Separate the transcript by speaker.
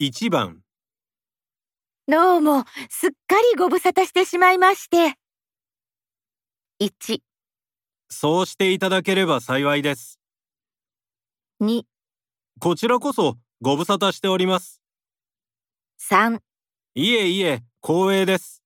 Speaker 1: 1番
Speaker 2: どうも、すっかりご無沙汰してしまいまして。1、
Speaker 1: そうしていただければ幸いです
Speaker 2: 2、
Speaker 1: こちらこそご無沙汰しております
Speaker 2: 3
Speaker 1: いえいえ光栄です